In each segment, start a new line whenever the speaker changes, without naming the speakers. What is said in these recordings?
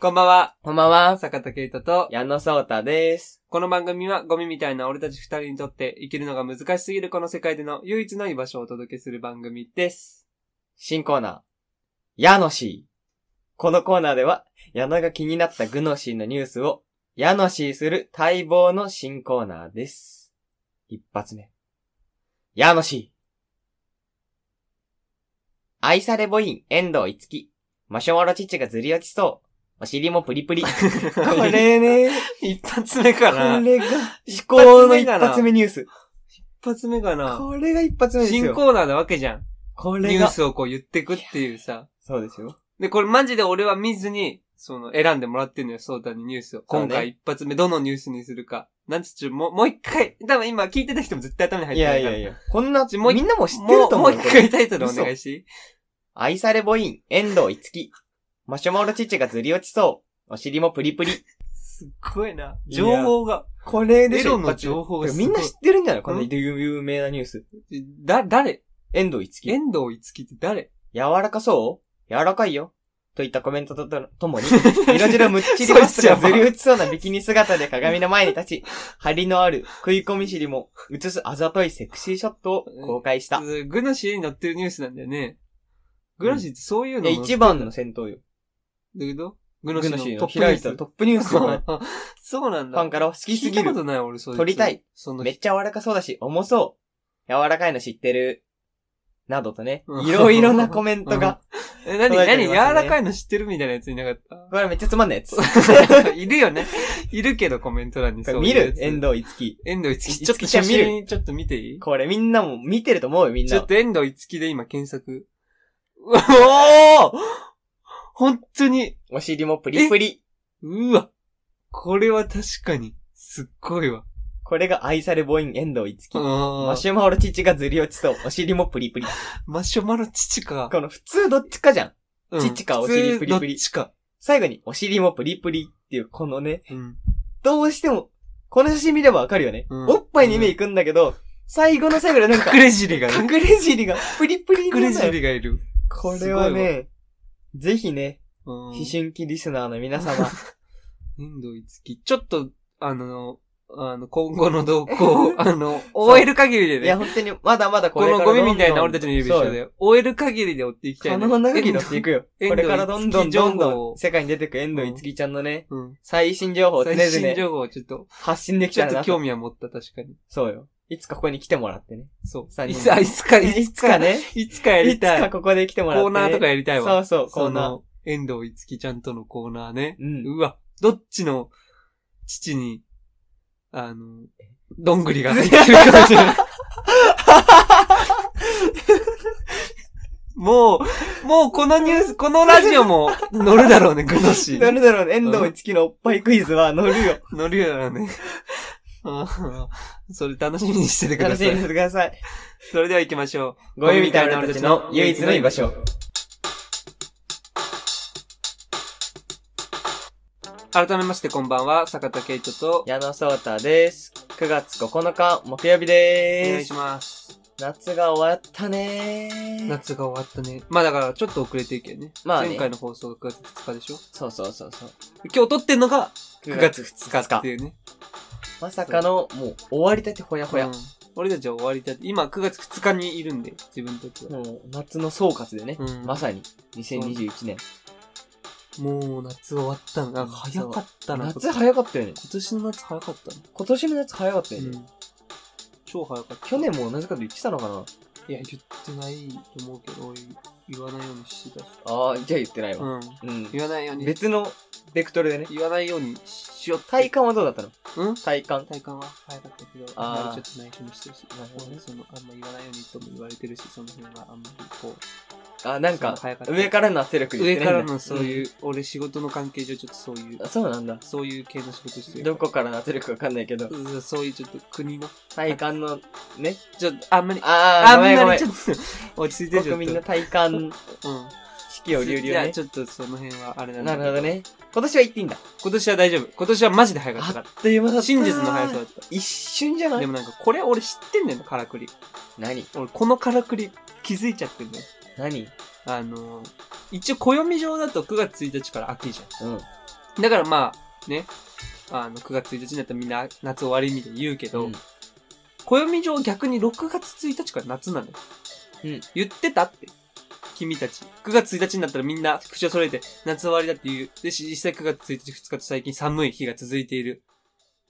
こんばんは、
こんばんは。
坂田圭太と、
矢野聡太です。
この番組はゴミみたいな俺たち二人にとって生きるのが難しすぎるこの世界での唯一の居場所をお届けする番組です。
新コーナー。矢野氏。このコーナーでは、矢野が気になったグノシーのニュースを、矢野氏する待望の新コーナーです。一発目。矢野氏。愛され母音、遠藤いつき。マシュマロ父がずり落ちそう。お尻もプリプリ。こ
これ、
れね、
一発目か
こ
な一
れが、至高の
一発目
一
かな
発目ニュース。
発目かな
これが一発目ですよ。
新コーナーなわけじゃん。
こ
ニ
れ
ュー
が。
スをこう言ってくっていうさ。
そうですよ。
で、これマジで俺は見ずに、その、選んでもらってんのよ、ソータにニュースを。
そうね
今回一発目、どのニュースにするか。なんつっちゅう、もう、もう一回、多分今聞いてた人も絶対頭に入っ
い
てるか
や
ら。
いやいや。こんな、
もう
みんなも知って
も
ると
う、
思
も
う
う
よ。
一
これ
回タイトルお願いし。
愛され母音、遠藤いつき。マシュマロ父がずり落ちそう。お尻もプリプリ。
すっごいな。
いや
情報が。
これ
でしょ
エロの情報
一発目
みんな知ってるんじゃないこ
う
の
ん
有名なニュース。
だ、誰
遠藤いつき。柔
遠藤いつきって誰
らかそう柔らかいよ。といったコメントとと ともに、色白むっちりマスクがずり落ちそうなビキニ姿で鏡の前に立ち、張りのある食い込み尻も映すあざといセクシーショットを公開した。
グノシーに載ってるニュースなんだよね。グノシーってそういう
い
の
や、
載って
一番の戦闘よ。
だけどグ
グ
ノ
ノ
シ
シ
ー
ー
のト
の
ップニュ
開
ー
いたト
ス。
ップニュースの話
そうなん
ファ
だ
ン。からは好き
聞
す
い
ぎ
たこ
る。
とない俺、それ。
撮りたい。
その
めっちゃ柔らかそうだし、重そう。柔らかいの知ってる。などとね
う、ん
いろいろなコメントが。
え、なに、
捉え
な
て
に、
み
柔
ますね
らかいの知ってるみたいなやついなかっ
これめっちゃつまんないやつ。
た いるよね。いるけど、コメント欄にそうい
見
うや
る
つ。
遠藤いつき。
遠藤いつき。
い
ちょっと写
いつきちゃん
真、ちょっと見ていい
これみんなも見てると思うよ、みん
ちょっ
な。
と遠藤いつきで今検索。うわおー本当に。
お尻もプリプリ。
うわ。これは確かに、すっごいわ。
これが愛され母音遠藤いつき。
マ
マシュマロ父がずり落ちそう。お尻もプリプリ。
マシュマロ父か。
この普通どっちかじゃん。
うん
父かお尻プリプ
普通ど
リ
っちか。
最後にお尻もプリプリっていうこのね、
うん。
どうしても、この写真見ればわかるよね。
うん
おっぱいに目いくんだけど、最後の最後でなんか
隠、れ尻がね。
隠れ尻がプリプリな
隠
のよ
れ尻がいる。
これはね、ぜひね、
うん
思春期リスナーの皆様、
遠藤いつき。ちょっと、あの、あの、今後の動向を、 あの、終える限 りで
いや、
ね。
本当にまだまだこ
こ
れか
の
ら
ゴ
どんどん。
ミみたいな俺たちの指一緒
そうよ。
で、終える限りで追っていきたい
可
ね。
能な限り乗っていくよ。こ
遠藤
れからどんど
遠藤いつ
んどん
き情報
ど
を
ん世界に出てく遠藤いつきちゃんのね、
うん。
最新情報を常々
最新
ね、
情報をちょっと、
発信でき
ちょ
た
っ
ら
と
な
興
と。
味は持った、確かに。
そうよ。いつかここに来てもらってね。
そう。
三
い
人
つ、あいつか、い
い
つ
つ
か
か
ね。
ね
いつかやり
いつ
たい。
か
コ
ここで来てもらって
ー
ね。
ナーとかやりたい
そ
わ。
うそう、コー
そ
ナー。
の、遠藤いつきちゃんとのコーナーね。
うん。
うわ、どっちの父に、あの、どんぐりが入ってるかもしれ ない。もう、もうこのニュース、このラジオも乗るだろうね、グノシ
な
ー。
るだろうね、遠藤いつきのおっぱいクイズは乗るよ。
乗るだろうね。あーそれ楽しみにしててく
楽
だ
し
さ
みに
い
し。てください。
それでは行きましょう。
ゴミみたいな俺たちの唯一の居場所。
改めましてこんばんは、坂田圭人と、
矢野聡太です。9月9日木曜日
お願
で
い
す。
します。
夏が終わったねー。
夏が終わったね。まあだからちょっと遅れていけどね。
まあね
前回の放送が9月2日でしょ
そうそうそうそう。
今日撮ってんのが
9
9月2
月2
日
日
っていうね。
まさかの、もう終わりたてほやほ
う
や
ん。俺たちは終わりたて。今9月2日にいるんで、自分たちは。
もう夏の総括でね、
うん
まさに2021年。
もう夏終わったの。なんか早かったな。
夏早かったよね。
今年の夏早かったね。
今年の夏早かったよね。
うん。超早かった。
去年も同じこと言ってたのかない
や、言ってないと思うけど、俺言わないようにしてたし。
ああ、じゃあ言ってないわ。
うん。
うん。
言わないように。
別のベクトルでね。
言わないようにしようって。
体感はどうだったの
うん
体感。
体感は早かったけど、
あ
あ
ー
んまりちょっと内緒にしてるし、
なるほどね
そのあんま言わないようにとも言われてるし、その辺はあんまりこ
あ、なんか
そう早かっ、た
上からの圧力
う、
言って
上
ない
か
んだ
らのそういう、俺仕事の関係上ちょっとそういう
うん。あ、そうなんだ。
そういう系の仕事してる。
どこからの圧力かわかんないけど、
うんそういうちょっと国の、
体感の ね、
ちょっとあんまり、
あー、
あ
ごめ
ん
んご
ま
め
り
ん
ちょ。っと落ち着いてちょっと
国民の体感、
うん。
四季折
い
々を
や、
ね
ち。ょっとその辺はあれなんだ
な
けど。
るほどね。今年は行っていいんだ。
今年は大丈夫。今年はマジで早かったか
という間
ら。真実の速さだっ
一瞬じゃ
た。
な
で
い
もなんか、これ俺知ってんだよな、カラクリ。
何
俺、このカラクリ気づいちゃってんだよ。
何
あの、一応暦上だと9月1日から秋じ
う
ゃ
ん。
ん。だからまあ、ね、あの、9月1日になったらみんな夏終わりみたいに言うけど、
うん
暦上逆に6月1日から夏なのよ。
うん
言ってたって。君たち。9月1日になったらみんな口を揃えて夏終わりだって言う。で、し実際9月1日、2日と最近寒い日が続いている。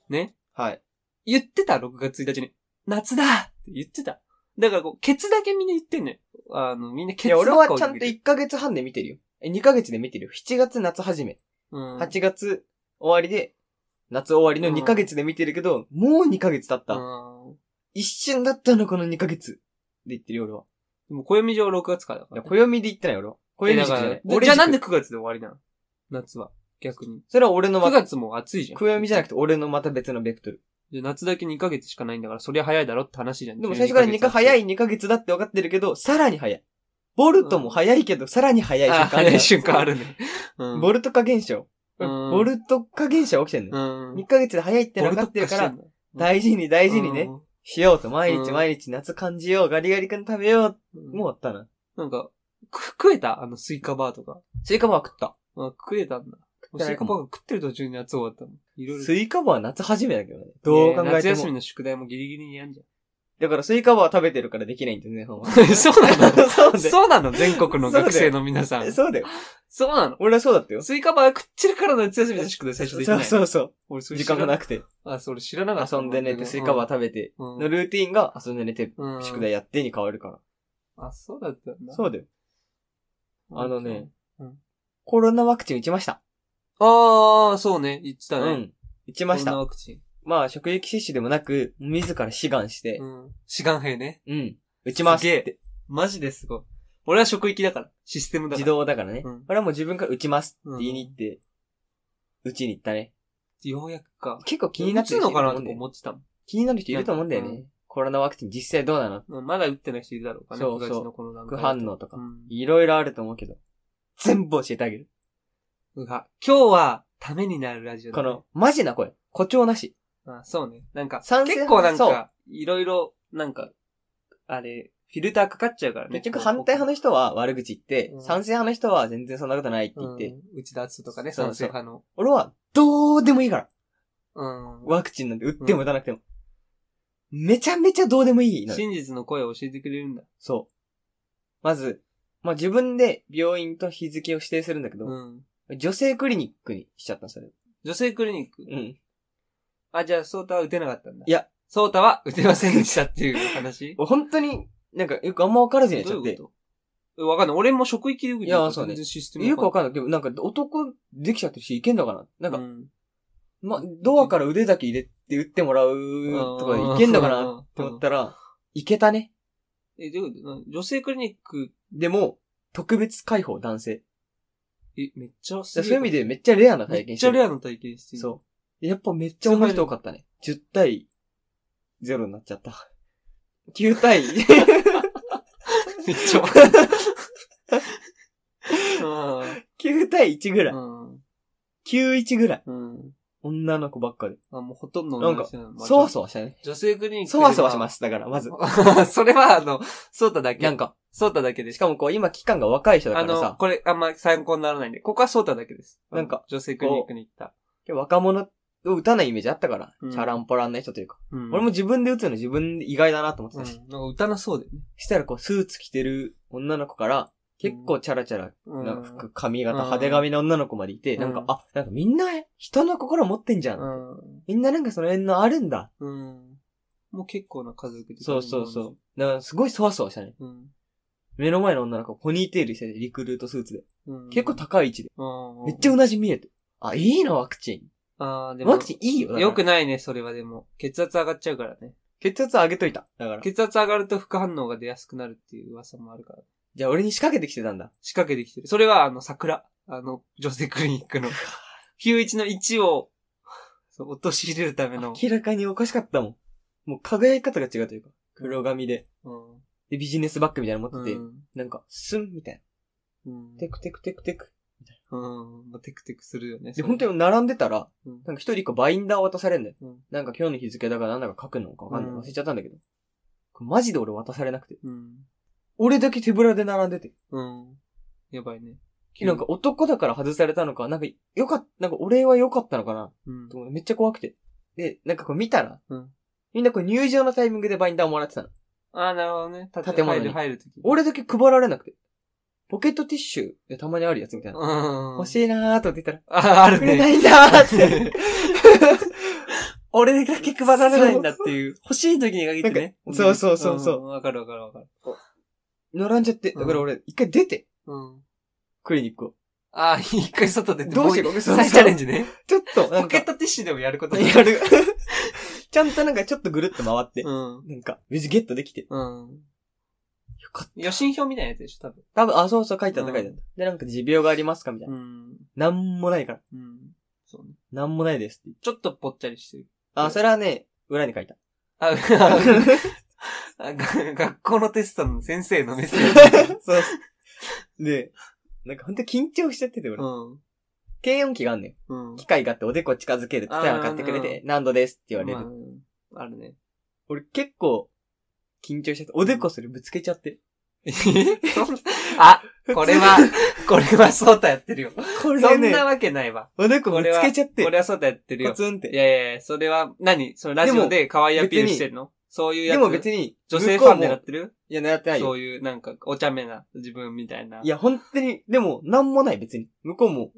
ね。
はい。
言ってた、6月1日に。夏だって言ってた。だからこう、ケツだけみんな言ってんのよ。あの、みんなケツ
いや、
ばっ
俺
か
はちゃん
追いか
と
けて
1ヶ月半で見てるよ。え、2ヶ月で見てるよ。7月夏始め。
うん
8月終わりで、夏終わりの2ヶ月で見てるけど、もう2ヶ月経った。
うん
一瞬だったの、この2ヶ月。って言ってるよ、俺は。
でも、暦上6月からだか
い
ら
や、。暦で言ってない、俺は。暦
え
で
だ
じ
か
ゃな
ら
い。俺
じゃあなん
で
で9月で終わりなの夏は。逆に。
それは俺の
9
ま、
月も暑いじゃん。
暦じゃなく
て。
て俺のまた別のベクトル。
で夏だけ2ヶ月しかないんだから、そりゃ早いだろって話じゃん。
でも最初から2か早
い。
い2ヶ月だって分かってるけど、さらに早い。ボルトも早いけど、さらに早い瞬
あ、
間ある
早い瞬間あるね。うん。
ボルト化現象。
うん
ボルト化現象起きてんの
う
よ。
ん。
2ヶ月で早いって分かってるから、大事に大事にね、しようと、毎日
うん
毎日夏感じよう、ガリガリ君食べよう、
うん。
もう
も
あったな。
う、なんか、く食えたあの、スイカバーとか。
スイカバーは食った。
あ食えたんだ。
ってな
スイ
いか
カ
も
バーが食ってる途中に夏終わったの。いろいろ。
スイカバーは夏初めだけどね。どう考
ね
え
夏
て
休み
も。
の宿題もギリギリにやんじ
だからスイカバーは食べてるからできないんだよね、ほんま
ゃん。 そうなの
そうだよ
そうなの全国 の学生の皆さん。
そうだよ。
そうなの
俺はそうだったよ。
スイカバー食ってるから夏休みの宿題最初できない。
そうそう
俺
そ。
そうれ
時
知ら
間がな
く
くて。
あ、それ知らなかった。
遊んで寝て、スイカバー食べて、
うん。
のルーティンが遊んで寝て、
うん
宿題やってに変わるか
あ、そうだったん
ら。
だ。
そうだよ。あのね。
うん
コロナワクチン打ちました。
ああ、そうね。言って
う
たね。
ん。打ちまし
コロナ
た。
ワクチン。
まあ、職域接種でもなく、自ら志願して
う、ん。志願兵ね。
うん。打ちます
すげえ
って。
マジですごい。俺は職域だから。システムだか
自
ら。
動だからね
うん。
俺はもう自分から打ちますって言いに行って、打ちに行ったね。
ようやくか。
結構気になって
打つ
る人
の
いる
かな
と思
とか
うんだよね
思ってたもん
気になる人いると思うんだよ
なん
ね。コロナワクチン実際どうなの
うん。まだ打ってない人いるだろうかね。
そう
9
そう
月のこの段
副
階。
反応とか
う。ん。
いろいろあると思うけど。全部教えてあげる。
うは。今日は、ためになるラジオだ
こ
ね。
の、マジな声。誇張なし。
あ、そうね。なんか、
賛成
結構なん
そう
か、いろいろ、なんか、あれ、フィルターかかっちゃうからね。
結局反対派の人は悪口言って、
うん
賛成派の人は全然そんなことないって言
っ
ってて、
言って。うん、内田篤人とかね、
そうそ
賛
う
成派の。
俺はどうでもいいから。
うん。
ワクチンなんて打っても打たなくても。めちゃめちゃどうでもいいのよ。
真実の声を教えてくれるんだ。
そう。まず、まあ、自分で病院と日付を指定するんだけど、
うん。
女性クリニックにしちゃったのそれ。
女性クリニック。
うん。
あ、じゃあ、ソータは打てなかったんだ。
いや。
ソータは打てませんでしたっていう 話
俺本当に、なんかよくあんま分からず
どう
に
い
やっちゃっ
う
て。
ことえわかんない。俺も職域で打てない
やそうね
全然システム
よくわ
か
かんない。でもなんか男できちゃってるし、いけんのかなな
ん
ん
な
か、
い。うん
ま、ドアから腕だけ入れて打ってもらうとかいけんのかなって思ったら、いけたね。
え、どういうことな女性クリニック、
でも、特別解放男性。
え、めっちゃす
そう
げ
いう意味でめっちゃレアな体
めっ
験し
ち
て
ゃ
る。
レアな体験してる。
そう。やっぱめっちゃ女の人多かったね。10対0になっちゃった。9対、
めっ ち ゃわか る。
9対1ぐらい。
うん。
91ぐらい。
うん。
女の子ばっかり。
あ、もうほとんど
なんか
同じの、
そわ
わ。
そわしたね。
女性クリニック。。
そわそわしますす。だから、まず。
それは、あの、そうただけ。
なんか、
そうただけで
し
す。
かもこう、今期間が若い人だ
あ
から
の、
さ、
これ、あんま参考にならないんで、ここはそうただけです。
なんか
あの、女性クリニックに行った。
若者を打たないイメージあったから、
うん
チャランポランな人というか。
うん
俺も、自分で打つの自分で意外だなと思って
うん、な
たし。
んか歌なそうでね。
したらこう、スーツ着てる女の子から、結構チャラチャラ
う
な服、
ん。
髪型、
うん
派手髪の女の子までいて、
うん
なんか、あ、なんかみんな人の心持ってんじゃん。
うん
みんななんかその辺のあるんだ。
うん。もう結構な家族で。
そうそうそう。だからすごいそわそわしたね。
う。うん。
目の前の女の子、ポニーテールしてて、リクルートスーツで。
うん
結構高い位置で。
うん
めっちゃうなじ見えて。あ、いいな、ワクチ
あー
ン。
でも
ワクチンいいよ。だから
よくないね、それはでも。血圧上がっちゃうからね。
血圧上げといた。だから。
血圧上がると副反応が出やすくなるっていう噂もあるから。
じゃあ俺に仕掛けてきてたんだ。
仕掛けてきてる。それは、あの、桜。あの、女性クリニッ クの。91の1を、そう、落とし入れるための。
明らかにおかしかったもん。もう輝き方が違うというか。黒髪で。
うん。
で、ビジネスバッグみたいなの持ってて、
うん
なんか、スンみたいな。
うん。
テクテクテクテク。
うん。まあテクテクするよね。
で、本
に。
当に並んでたら、
うん
なんか一人一個バインダーを渡されるんだよ。
うん
なんか今日の日付だからなんだか書くのかわかんない。
うん
忘れちゃったんだけど。これマジで俺渡されなくて。
うん。
俺だけ手ぶらで並んでて。
うん。やばいね。
なんか、男だから外されたのか、なんか、よかっなんか俺は良かったのかな
うん
と。思ってめっちゃ怖くて。で、なんかこう見たら、
うん
みんなこう入場のタイミングでバインダーをもらってたの。
あー、なるほどね。建
建物に
入る、入るとき。
俺だけ配られなくて。ポケットティッシュでたまにあるやつみたいな。
うん。
欲し
い。
いなーとって言った
あ、あ
ら、
る
く
ね。
れないんだ ーって。俺だけ配られないんだっていう。
欲しい時に限ってね。
なんかそうそうそうそうん
わかるわかるわかる。
並んじゃって。だから俺、一回出て、
うん。
クリニックを。
あー、一回外出て。
どうしよう
も一
そうそう
再チャレンジね。
ちょっと、なん
ポ
か
ケットティッシュでもやることね
やる。 ちゃんとなんかちょっとぐるっと回って、
うん。
なんか、無事ゲットできて。
うん。
よかった。
予診票みたいなやつでしょ、多分。
多分、あ、そうそう、書いてあった、
うん
書いてあった。で、なんか持病がありますかみたいな。
ん。
なんもないから。
うん。そうね。
なんもないですって。
ちょっとぽっちゃりしてる。
あ、それはね、裏に書 いた。
あ、
そう
あが 学校のテストの先生のメッセージ。
そう。で、なんかほんと緊張しちゃってて、俺。
うん。
低音機があんねん。
うん。
機械があっておでこ近づけるって言ったら買ってくれ
あーな
て、何度ですって言われる。
まあ、あるね。
俺結構、緊張しちゃって、おでこそれぶつけちゃって。
あ、これは、これはソータやってるよ。
こ
そ
れ
ん
ね
な、わけないわ。
おでこぶつけちゃって、
これはソータやってる
コ
よ。
ツンっ
い
て。
やいやいや、それは何、そのラジオで可愛いアピールしてるのそういうやつ。
でも別に、
女性ファン
向こ
狙
う
っ
も
てる
いや、狙ってないよ。
そういう、なんか、お茶目な自分みたいな。
い、や、本当に、でも、なんもない、別に。向こうも。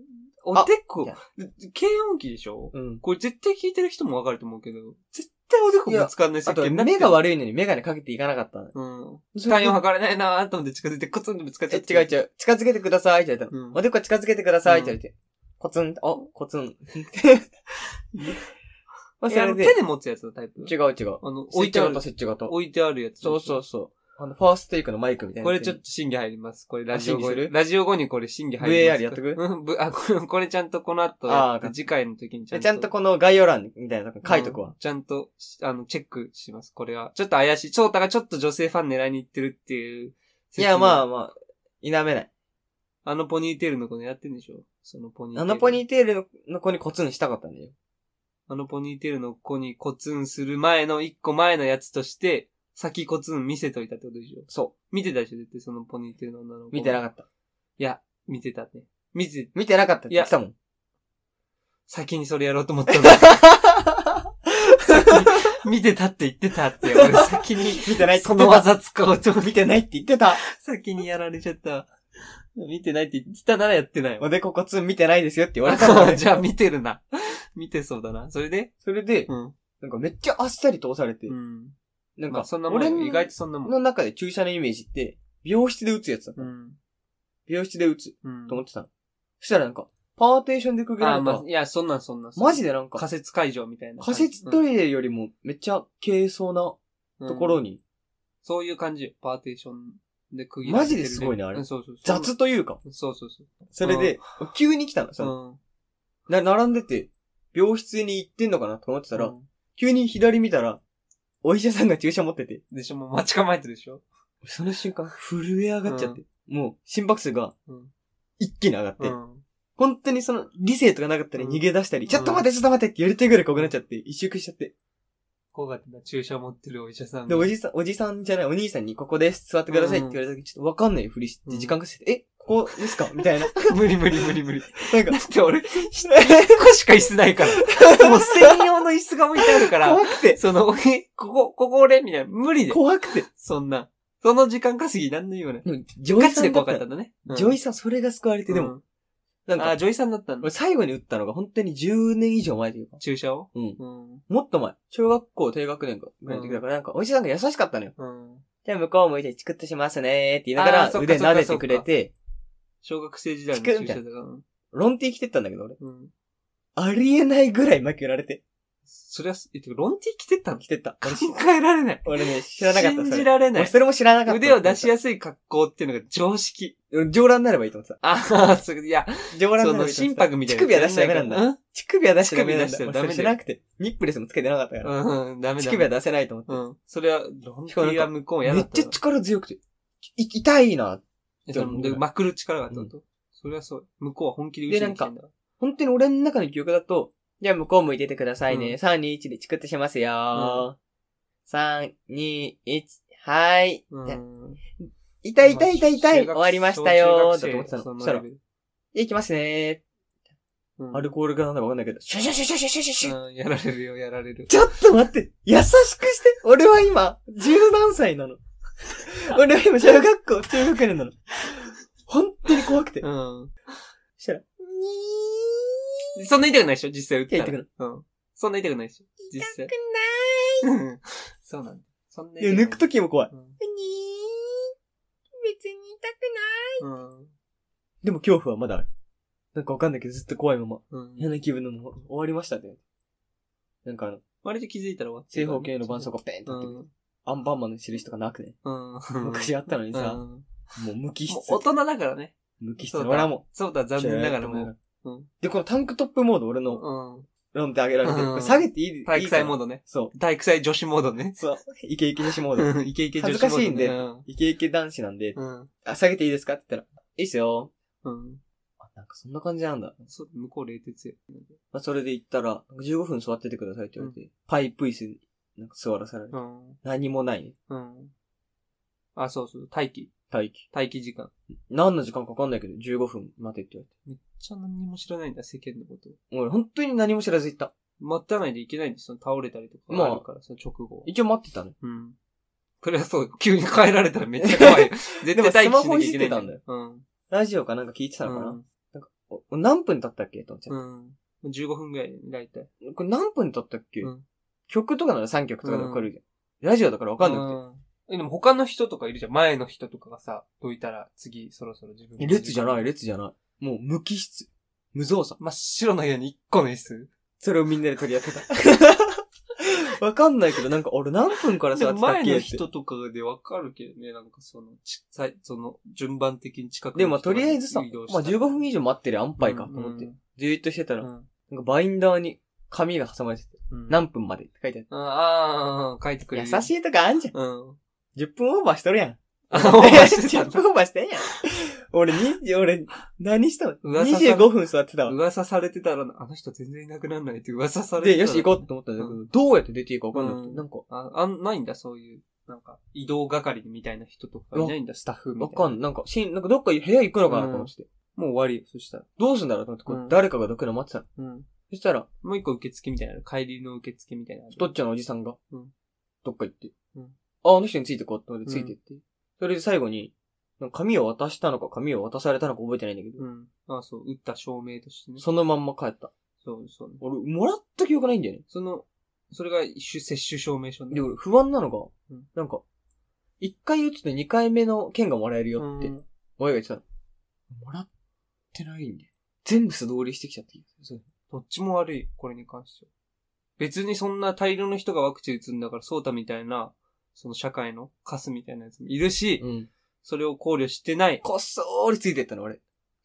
おでこ
いや、
軽音機でしょ
うん。
これ絶対聞いてる人もわかると思うけど、絶対おでこぶつかんない
あ
設
と
計、になってる
目が悪いのにメガネかけていかなかったの。
うん。
それ
体温測れないなーと思って近づいて、コツンとぶつかっち
え、
ゃって。
違う違う。近づけてくださいって言われたの。
うん
おでこ近づけてくださいって言われて。コツン、あ、コツ ン。まあ、
い
そ
やあ
れ
の
で。
手で持つやつのタイプ。
違う違う。
あの、置
置
い
い
て
て
あ
あ
る
った、。設置型。
置いてあるやつ。
そうそうそう。あの、ファーストテイクのマイクみたいな。
これちょっと審議入ります。これラジオ
あ審
後
議する
に。ラジオ後にこれ審議入ります。
VAR やっとく
うん、ぶあ、これ、これちゃんとこの後やっ
あ
て、
ー
次回の時にちゃ
で。
んと。
ちゃんとこの概要欄みたいなとこ書いとく
う
わ
ん。。ちゃんとし、あの、チェックします。これは。ちょっと怪しい。翔太がちょっと女性ファン狙いに行ってるっていう。
いや、まあ
あ。
まあ、否めない。
あのポニーテールの子狙ってんでしょそのポニーテール。
あのポニーテールの子にコツンしたかったんだよ。
あのポニーテールの子にコツンする前の一個前のやつとして、先コツン見せといたってことでしょ
そ
見てたでしょ絶対そのポニーテールの女の
う。
子。
見てな
っ
かった。
た。いや、見てたね。見て、
見てなかったって言っ てたもん。
先にそれやろうと思った んだ。先に見てたって言ってたって、俺先に、
見てないって
そ
言って
の
た。
技使おうと思って
見てないって言ってた。
先にやられちゃった。見てないって言ってたならやってないわ。
おでこコツン見てないですよって言われたの
あ
ね
じゃあ見てるな。見てそうだな。それで
それで、
うん。
なんかめっちゃあっさりと押されて
う、ん。
なん
まあ
か
そんな、もん
俺
よ
の
意外とそんなもん。
中で注射のイメージって、美容室で打つやつだった
う
の。
ん。
美容室で打つ
うん
と。思ってたの。そしたらなんか、パーテーションで区切ら
あ、
れ
ま
た
あ、。いや、そんなんそんなん。
マジでなん
仮
か、
設会場みたいな感
仮
じ。
設トイレよりもめっちゃ軽そうな
うん
ところ
うん
に、
そういう感じよ。パーテーションで区切られてる
マジですごいねあれ
うんそうそうそう。
雑というか。
そうそうそう。
それで、急に来たの。その
うん。
な並んでて、病室に行ってんのかなと思ってたら
う、ん
急に左見たら、お医者さんが注射持ってて、
でしょ、もう待ち構えてるでしょ。
その瞬間、震え上がっちゃって、もう心拍数が
うん
一気に上がって、
うん
本当にその理性とかなかったら逃げ出したり、
うん
ちょっと待って、ちょっと待ってってやりたいぐらい怖くなっちゃって、一周しちゃって。
こうが注射持ってるお医者さん
で、
が。
おじさん、おじさんじゃない、お兄さんにここです、座ってくださいって言われた時、ちょっとわかんないふりし
う
て、
ん
時間稼いで、え、ここですかみたいな。
無理無理無理 無理。
なん
だ
か、
って俺、一個しか椅子ないから。 もう専用の椅子が置いてあるから、
怖くて、
その、おいここ、ここ俺、みたいな。無理で。
怖くて。
そんな。その時間稼ぎなんのような。
でも、ジョ
ガ
イ
チ
さ
で
んだ
怖
っ
か
た
った
ら
んだね。うん
ジョイさん、それが救われて、で
う
も、
ん
なん
あ、
か、
ジョイさんだったんだ
俺。最後に打ったのが本当に10年以上前というか、
注射を
うん
うん。
もっと前、小学校低学年ぐらいの時だから、なんか、お医者さんが優しかったのよ。
うん。
じゃあ向こう向いてチクッとしますねーって言いなが
あー
ら
そっか
腕撫でてくれて、
小学生時代の
チク
注
みたい
射
な
だから。うん
ロンティー着てったんだけど俺。
うん。
ありえないぐらい負けられて、
そりゃ、え、てかロンティー着てったの
着て った。俺
考えられない。
俺ね、知らなかった。
信
そ
じ
れ
られな
俺
い。
それも知らなかった。
腕を出しやすい格好っていうのが常識。
俺上覧になればいいと思って
ああ、そういや、
た。上
その、
覧になればいいと思
心
ってた。
拍みたいな。
乳首は出しちゃダメなんだ。
だ。
乳首は出しちゃダメなん
乳首出し
だ。
ちゃダメだよ
俺それしなくて。ニップレスもつけてなかったから。
うん、ダメだ。
乳首は出せないと思って。
うん。それは、ロンティーは向こうも嫌
め
だ
っ
った
ちゃ力強くて。い痛いな。
えそのでまくる力があったってこと、それはそう。向こうは本気で後ろに来てんだ。
本当に俺の中の記憶だと、じゃあ向こう向いててくださいね。
うん
3、2、1でチクッとしますよー。3、2、1、はーい。
う
じゃあ
ん。
痛い痛い痛い痛い終わりましたよーだ
小
と
中
思
学
って
生
たの。
そ
そ
の
した
レ
ら
ベ、ル
いきますね
うん
ー。アルコールがなんだかわかんないけど、シュシュシュシュシュシュシュシュ
うんやられるよ、やられる。
ちょっと待って、優しくして。俺は今、十何歳 なの。俺は今、小学校、中学年なの。本当に怖くて。そ
うん。
したら、に
そんな痛くないでしょ実際打っ
ーい
た
や、言
ら。
ってくる。
うん。そんな痛くないでしょ実際。
く
うん そうなんだ。そんない
や、抜くときも怖い。
うん
にー別に痛くない。
うん。
でも恐怖はまだある。なんかわかんないけど、ずっと怖いまま。
うん。
嫌な気分のまま、終わりましたね。なんかあの、
割と気づいたら終わって
正
るから
方
ね
形の伴奏がペーンと
う
あってくる、
ん。
アンパンマンの印とかなくね。
うん。
昔あったのにさ、
うん
もう無機質
も。う大人だからね。
無機質
そう
の。
だ
俺はも
そうだ、
う。
残念ながらもう。うん
で、このタンクトップモード、俺の
うん。
ロンってあげられてる、
うん
下げていい
体育祭モー
ド。
ドね。
そ
体育祭女子モードね
う。。そう。イケイケ女子モード。
うんイケイケ女子モードね。
恥ずかしいんで
うん
イケイケ男子なんで、
うん。
あ、下げていいですかって言ったら、いいっすよ。
うん。
あ、なんかそんな感じなんだ。
そう、向こう冷徹よ。
まあ、それで行ったら、15分座っててくださいって言われて、パイプ椅子になんか座らされる。
うん。
何もない。
うん。あ、そうそう。待機。
待機。
待機時間。
何の時間かわかんないけど、15分待てって言われて。
めっちゃ何も知らないんだ、世間のこと。
俺、本当に何も知らず行った。
待たないでいけないんですよ。倒れたりと
ま
か
あ
あるからさ、直後は。
一応待ってたの。
うん。これはそう、急に変えられたらめっちゃ怖いよ。
でも
絶対待機しなきゃいけない
スマホいじってたんだよ。
うん。
ラジオかなんか聞いてたのかな、
うん
おお何分経ったっけと思っちゃっ
うん。15分ぐらい、大体。
て、これ何分経ったっけ、
うん
曲とかなら3曲とかでわかるじゃん。ラジオだからわかんなく
う
て。
んえ、でも他の人とかいるじゃん。前の人とかがさ、どいたら次、そろそろ自分
え列じゃない、
い。
列じゃない。もう無機質。無造作。
真っ白な部屋に1個の椅子。
それをみんなで取り合ってた。 わかんないけど、なんか俺何分から
で
さ、
も前の
って。
人とかでわかるけどね、なんかその、ち、さいその、順番的に近く
でもまあとりあえずさ、まあ15分以上待ってる安牌かと思って、じーっとしてた
う
ら、
ん。
なんかバインダーに紙が挟まれてて、
うん
何分までって書いて
ああああ、書いて
あ
くれ
る。
る。
優しいとかあんじゃん。
うん。
10分オーバーしとるやん。
あオーバーしてた
10分オーバーしてんやん。俺に、俺、何したの
うわささ
?25 分座ってたわ。
噂されてたら、あの人全然いなくなんないって噂されて
で、
たら
よし行こうって思ったんだけど、どうやって出ていいかわかんなく
う
て、
ん
なんか、
あ、あん、ないんだ、そういう、なんか、移動係みたいな人とかいないんだ、スタッフみたい
わ
な。
かんない。なんか、しん、なんかどっか部屋行くのかなと思ってて。
もう終わりよ、そしたら。
どうすんだろうと思って、こ
う
うん誰かがどっかの待ってたの。
うん。
そしたら、
もう一個受付みたいなの。帰りの受付みたいなのある。
とっちゃんのおじさんが
うん、
どっか行って
うん、
あ、あの人についてこうって思ってついてって。それで最後に、なんか紙を渡したのか紙を渡されたのか覚えてないんだけど、
うん。あそう、打った証明としてね。
そのまんま帰った。
そう、そう、ね。
俺、もらった記憶ないんだよね。
その、それが一種接種証明書ね
で、俺不安なの
う
が
ん、
なんか、一回打つと二回目の券がもらえるよって
う、ん
親が言ってたの。もらってないんだよ。全部素通りしてきちゃっていい。そう
どっちも悪い、これに関しては。別にそんな大量の人がワクチン打つんだから、ソータみたいな、その社会のカスみたいなやつもいるし、
うん。
それを考慮してない。
こっそーりついてったの、俺。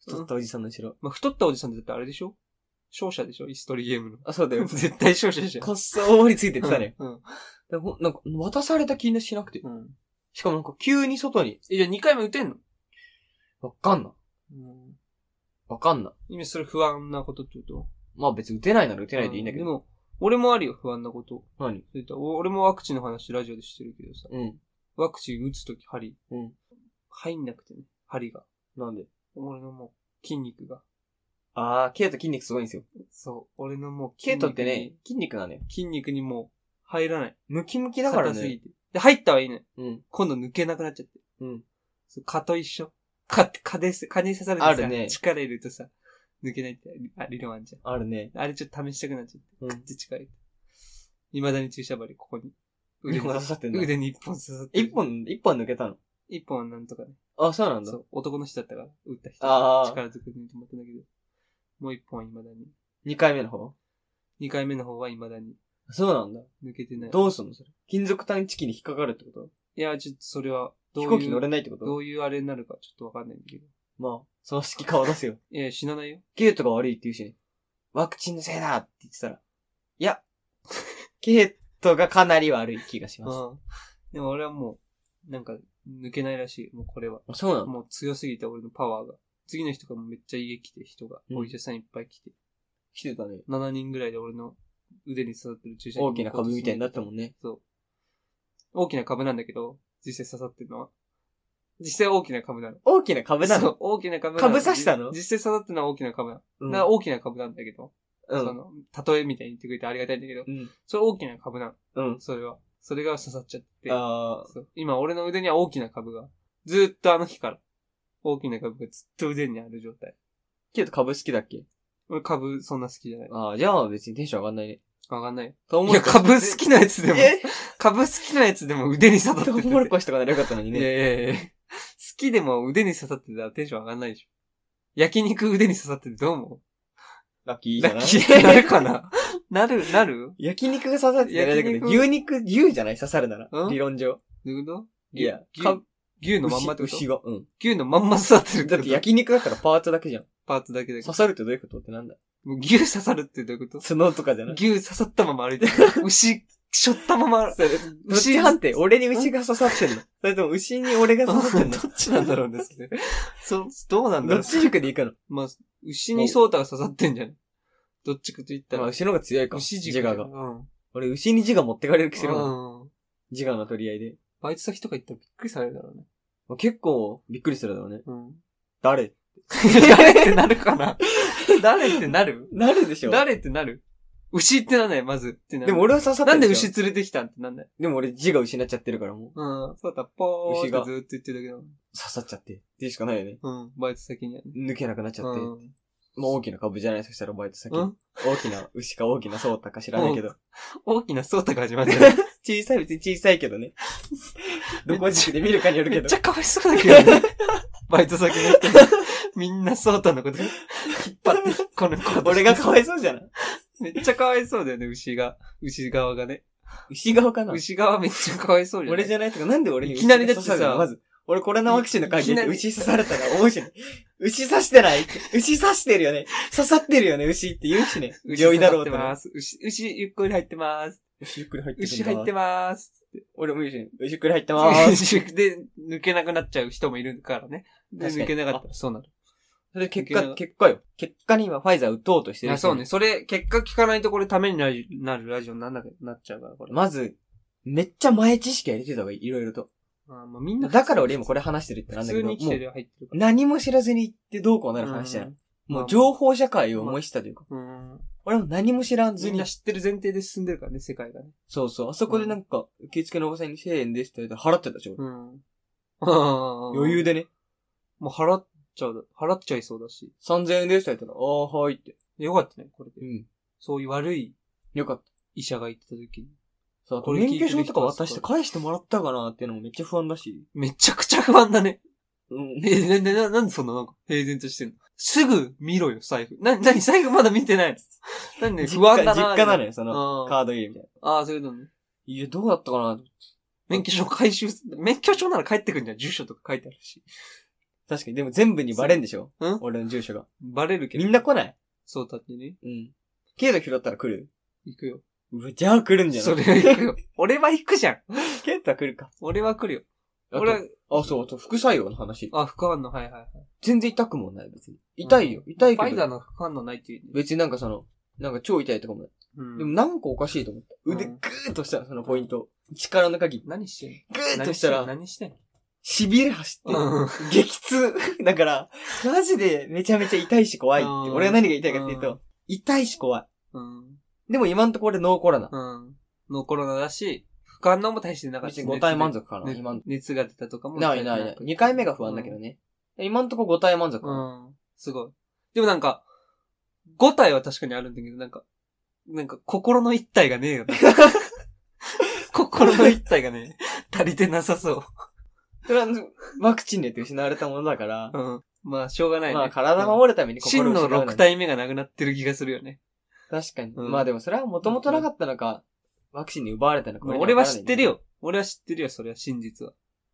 太ったおじさんの後ろ。
まあ、太ったおじさんってだってあれでしょ勝者でしょイストリゲームの。
あ、そうだ よ。
絶対勝者じゃん。
こっそーりついてってたね。
うん。
でほんなんか、渡された気がしなくて。
うん。
しかもなんか、急に外に。
え、じゃあ2回目打てんの
わかんな。
うん。
わかんな。
今それ不安なことって言うと。
まあ別に打てないなら打てないでいいんだけ
う
ど。
でも、俺もあるよ、不安なこと。
何
そういったお俺もワクチンの話ラジオでしてるけどさ、
うん。
ワクチン打つとき針、
うん。
入んなくてね、針が。
なんで
俺のもう、筋肉が。
あー、ケイト筋肉すごいんですよ。
そう、俺のもう
ケ
筋
イ
肉
トっ
に、
てね、筋肉なのよ。
筋肉にもう、入らない。
ムキムキだから
硬す
ね
ぎ。て。で、入ったはいいのよ。
うん。
今度抜けなくなっちゃって。
うん。
そう蚊と一緒。蚊って、蚊です、蚊に刺されてさ、
あるね
力入れるとさ、抜けないって、あ理論あんじゃん。
あるね。
あれちょっと試したくなっちゃって。
う
めっ。ちゃ近い。未だに注射針、ここに。
腕
腕に
も刺さってんだ。
腕に一本刺さってる。
一本、一本抜けたの。
一本はなんとかね。
あ、そうなんだ
そ。う、男の人だったから、打った人。
あー
力ずくで止まったんだけど。もう一本は未だに。
二回目の方
二回目の方は未だに
そうなんだ。
抜けてない。
どうすんのそれ。金属探知機に引っかかるってこと
いや、ちょっとそれは、どうい
飛
う、
行機乗れないってこと
どういうあれになるかちょっとわかんないんだけど。
まあ、その式顔出すよ。
いや、死なないよ。
ケイトが悪いって言うしね。ワクチンのせいだって言ってたら。いや、 ケイトがかなり悪い気がします。
うん。でも俺はもう、なんか、抜けないらしい。もうこれは。
あそうなの
もう強すぎて俺のパワーが。次の日とかもめっちゃ家来て人が、
うん
お医者さんいっぱい来て。
来てたね。
7人ぐらいで俺の腕に刺さってる注射器
大きな株みたいになったも
ん。
んね。
そう。大きな株なんだけど、実際刺さってるのは、実際大きな株なの。
大きな株な
そ
の。
う大きな株なの。
株刺したの
じ実際育ったのは大きな株なの。
うん
な大きな株なんだけど、
う
そ
ん。
の、例えみたいに言ってくれてありがたいんだけど、
うん。
それ大きな株なの。
うん。
それは。それが刺さっちゃって。
あー
そう今俺の腕には大きな株が。ずーっとあの日から。大きな株がずっと腕にある状態。
ケイト株好きだっけ
俺株そんな好きじゃない。
ああ、じゃあ別にテンション上がんないね。
わかんない。
トウ
いや、株好きなやつでも、
え
株好きなやつでも腕に刺さって
ト
て
ウモロコシとかならよかったのに
いや
ね。
いやいや好きでも腕に刺さってたらテンション上がんないでしょ。焼肉腕に刺さっててどう思
ラッキー
う
じ
ラッ
ゃない
キーになるかななる、なる
焼肉が刺さってたらだけ
焼
ど、
肉
牛肉、牛じゃない刺さるなら
う。ん
理論上。
どういうこと
いや、
牛
か
牛のまんまってこと
牛牛が。うん。
牛のまんま刺さってるって
だっ
こ
て
と
焼肉だったらパーツだけじゃん。
パーツだけだけど
刺。さるってどういうことってなんだ
もう牛刺さるってどういうこと
角とかじゃない
牛刺さったまま歩 いてる。牛、しょったまま。
どっち判定俺に牛が刺 さってんのそれとも牛に俺が
ど
刺さってんの
っちなんだろうね、それ。そう、どうなんだ
ど
ろ う。
っち軸でいくの
まあ、牛にソータが刺さってんじゃん。どっちかと言った
まあ、
ら。
牛の方が強いか。
牛
自
軸だ
我が
よ。うん。
俺、牛に自我持ってかれる気するもん
うん。
自我の取り合いで。
バイト先とか行ったらびっくりされるだろうね。
まあ結構、びっくりするだろうね。
うん。
誰
誰ってなるか な誰ってなる
なるでしょ
誰ってなる牛ってなんない、まず。ってなる
でも、俺は刺さって
なん
る
で
じゃん
牛連れてきたんってなんない。
でも俺、自我失っちゃってるからもう、
うん。そうだ、ポーってずー
牛が
っと言ってるだけだもん
刺さっちゃって。っていうしかないよね。
うん。バイト先にはね。
抜けなくなっちゃって。
うん
もう大きな株じゃないそしたらバイト先。
うん
大きな牛か大きなソータか知らないけど。
大きなソータが始まっ てる。
小さい、別に小さいけ どね。どこ軸で見るかによる
め
け
っ
ど
ち。ゃかわいそうだけどね。 バイト先の人に。みんなソータのこと引っ張って、この子
俺がかわいそうじゃない
めっちゃかわいそうだよね、牛が。牛側がね。
牛顔かな
牛側めっちゃかわいそうじゃない
俺じゃないとか、なんで俺に
いきなりだってさ
牛が刺さるのまず、俺コロナワクチンの会議
いきな
で
り
牛刺されたら面白い。牛刺してない牛刺してるよね刺さってるよね牛って言うしね。
牛
病院だろう
刺
と
さって
ね。
ます。牛、牛ゆっくり入ってます。
牛ゆっくり入って
牛入ってます。
俺も言うしね。牛ゆっくり入ってまーす。
牛 で、抜けなくなっちゃう人もいるからね。で、
確かに
抜けなかったらそうなる。
それ結
抜けな
果、結果よ。結果に今ファイザー打とうとして
い
る。
や、そうね。。それ、結果聞かないとこれためになるなるラジオになんなくなっちゃうから、これ。
まず、めっちゃ前知識は入れてた方がいい。いろいろと。
あーまあ、みんな、
だから俺今これ話してるってな
普
んだけ
通
ど、も
に
う
生きてる入ってるから。
何も知らずに行ってどうこうなる話じゃない。もう情報社会を思い知ったというか。
うん。うん
俺も何も知らず
みん
に
な知ってる前提で進んでるからね、世界がね。
そうそう。あそこでなんか、受付のおばさんに1000円ですって言われたら払ってたでしょ、俺
うん。余
余裕。でね。
もう払っちゃう、払っちゃいそうだし。
3000円ですって言われたら、ああ、はいって。
よかったね、これ
う
で。
ん。
そういう悪い
よかった。
医者が言ってた時に。
そう、あと
これ聞い
免
てる
許
人
証とか渡して返してもらったかなっていうのもめっちゃ不安だし。
めちゃくちゃ不安だね。
うん。
え、な、な、な、なんでそんななんか平然としてるのすぐ見ろよ、財布。な、なに財布まだ見てない のなんで不安だな
実家なの
よ。
よ、その、
あー
カード入れみたいな。
あー、そういうことね。
いや、どうだったかな
免許証回収す、免許証なら帰ってくんじゃん。住所とか書いてあるし。
確かに、でも全部にバレんでしょ
うん
俺の住所が。
バレるけど。
みんな来ない
そうだってね。
うん。ケイト拾ったら来る
行くよ。
うわ、じゃあ来るんじゃな
そ
い
れは行くよ。 俺は行くじゃん。
ケイトは来るか。
俺は来るよ。
あと
俺は、
あ、そう、あと副作用の話。
あ、副反応、はいはいはい。
全然痛くもない、別に。痛いよ、痛いけど。
ファイザーの副反応ないっていう、ね。
別になんかその、なんか超痛いとかもない。
うん
でもなんかおかしいと思った。腕
う
グ
ん
ーッとしたの、そのポイント。力の限り。
何してんの
グーッとしたら、
何してんの
痺れ走って
うん、
激痛。だから、マジでめちゃめちゃ痛いし怖いって。
うん
俺は何が痛いかっていう
う
と、痛いし怖い。
うん。
でも今んところ俺ノーコロナ。
うん。のコロナだし、副反応も大してなかった
別
し。
に5体満
足
足かな、今ん
熱が出たとかも。
ないないない。2回目が不安だけどね。今んところ5体満足か
う
な。
ん。うん。すごい。でもなんか、5体は確かにあるんだけど、なんか、なんか心の1体がねえよね。 心の1体がね、足りてなさそ
それはワクチンでって失われたものだから
う。、うん。まあ、しょうがないね。
まあ体守るために心
真
を失
の
うなんて
6体目がなくなってる気がするよね。
確かに。
うん
まあでもそれはもともとなかったのか、ワクチンに奪われたのか。
まあ
に
俺
わ
は
からな
知
い
ってる。よ。俺は知ってるよ、それは真実は。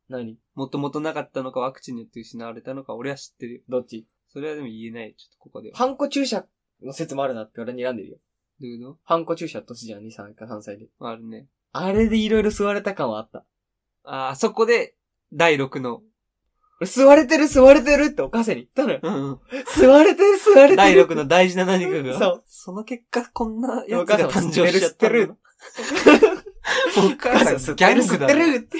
何
もともとなかったのか、ワクチンによって失われたのか、俺は知ってるよ。
どっち
それはでも言えないよ、ちょっとここでは。
ハンコ注射の説もあるなって俺に睨んでるよ。
どういうこ
ハンコ注射年じゃん、2歳か3歳で。
とあるね。
あれでいろいろ吸われた感はあった。
ああ、そこで、第6の。
俺吸われてる吸われてるってお母さんに言ったのよ。
うん。
吸われてる吸われてる。
第6の大事な何かが。
そう。
その結果、こんなや
お
つが
母さん
誕生しちゃったんだ。
知ってる
お母さん、ギャングだ
吸っ
な。
てるって。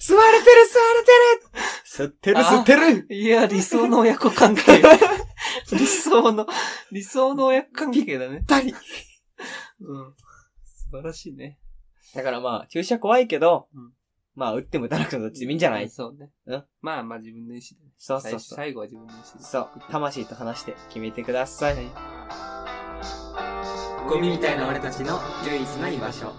吸われてる吸われてる吸ってる
あ
吸ってる
いや、理想の親子 関係。理想の、理想の親子関係だね。
たり。
うん。素晴らしいね。
だからまあ、注射怖いけど、
うん
まあ、打っても打たなくてもどっちでもいいんじゃない、
そうね。
うん
まあまあ自分の意思で。
そうそ
最
うそう。
最後は自分の意思で。
そう。魂と話して決めてください。
ゴミみたいな俺たちの唯一の居場所。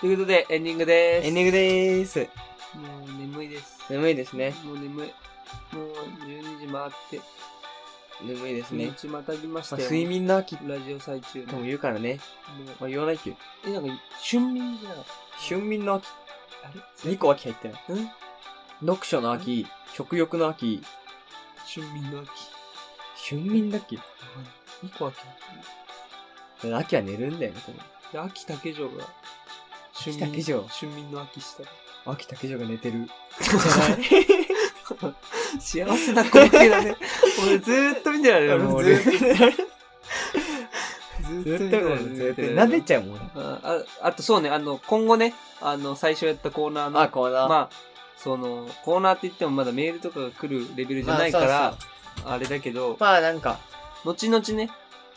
ということで、エンディングでーす。
エンディングでーす。
もう眠いです。
眠いですね。
もう眠い。もう12時回って、
眠いですね。
日またぎまし
まあ
たよ。
睡眠の秋と
ラジオ最中の。
も
もう
言うからね。まあ、言わないけど。
え、なんか、春眠じゃなかっ
春眠の秋。
た。あれ
2個秋入ってない。
うん
読書の秋、食欲の秋、
春眠の秋。
春眠だっけ
2個秋。
秋は寝るんだよね、多分
で、秋竹城が、春
秋竹城
春眠の秋した。
秋竹城が寝 てる。
幸せな光景だね。 俺ずーっと見てられるもう
ず
俺ずーっと見られる。
ずってとこずっと。撫でちゃうもん。
あああとそうね、あの、今後ね、あの、最初やったコーナーの、
あ、こうな。
まあ、その、コーナーって言ってもまだメールとかが来るレベルじゃないから、
ま
あ
あそう
れだけど、
まあなんか、
後々ね、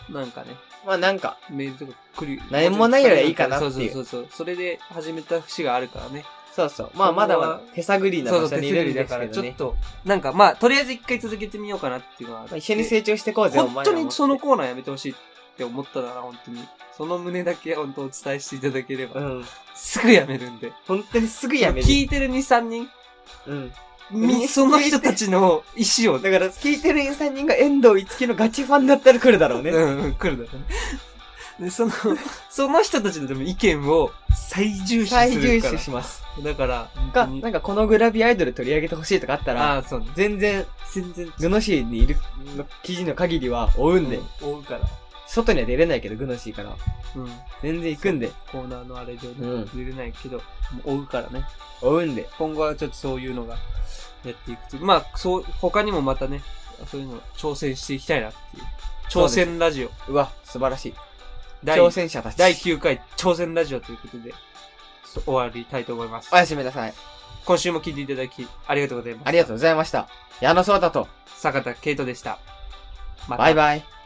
なんかね、
まあなんか、
メールとか来る。
何もないよりはいいかなっていう
そうそうそうそう。それで始めた節があるからね。
そうそう。まあまだまだ手探りな
そう
場
そ
所
う、
に
手
い
作
るん
り
で
だ
す
か
け
ら、ち
ど
ょっ
ね。
と、なんかまあ、とりあえず一回続けてみようかなっていうのはあって
まあ一緒に成長してこうぜ、お前
本
ら
当
も
にそのコーナーやめてほしいって思ったなら、本当に。その胸だけ本当お伝えしていただければ、
うん。
すぐやめるんで。
本当にすぐやめる。
聞いてる2、3人、
うん。
みその人たちの意思を、
だから、聞いてる3人が遠藤樹のガチファンだったら来るだろうね。
うんうん、来るだろうね。で、そ の、その人たちのでも意見を最重視す
最重
るか
視します。
ら。だから、本
か、
当
な
に
んかこのグラビアアイドル取り上げてほしいとかあった
あ
ら、
あ、そうね。
全然、
全然、
グノシーにいるの記事の限りは追うんで、
追うから。
外には出れないけど、グノシーから。
うん。
全然行くんで、
コーナーのあれ上
う
で
ん
出れないけど、もう追うからね。
追うんで。
今後はちょっとそういうのがやっていくと。まあ、そう、他にもまたね、そういうのを挑戦していきたいなっていう。挑戦ラジオ。
うわ、素晴らしい。
第
挑戦者たち。
第9回挑戦ラジオということで、そ終わりたいと思います
お。やすみなさい。
今週も聞いていただき、ありがとうございます。
ありがとうございました。矢野聡太と、
坂田圭人でした。また
バイバイ。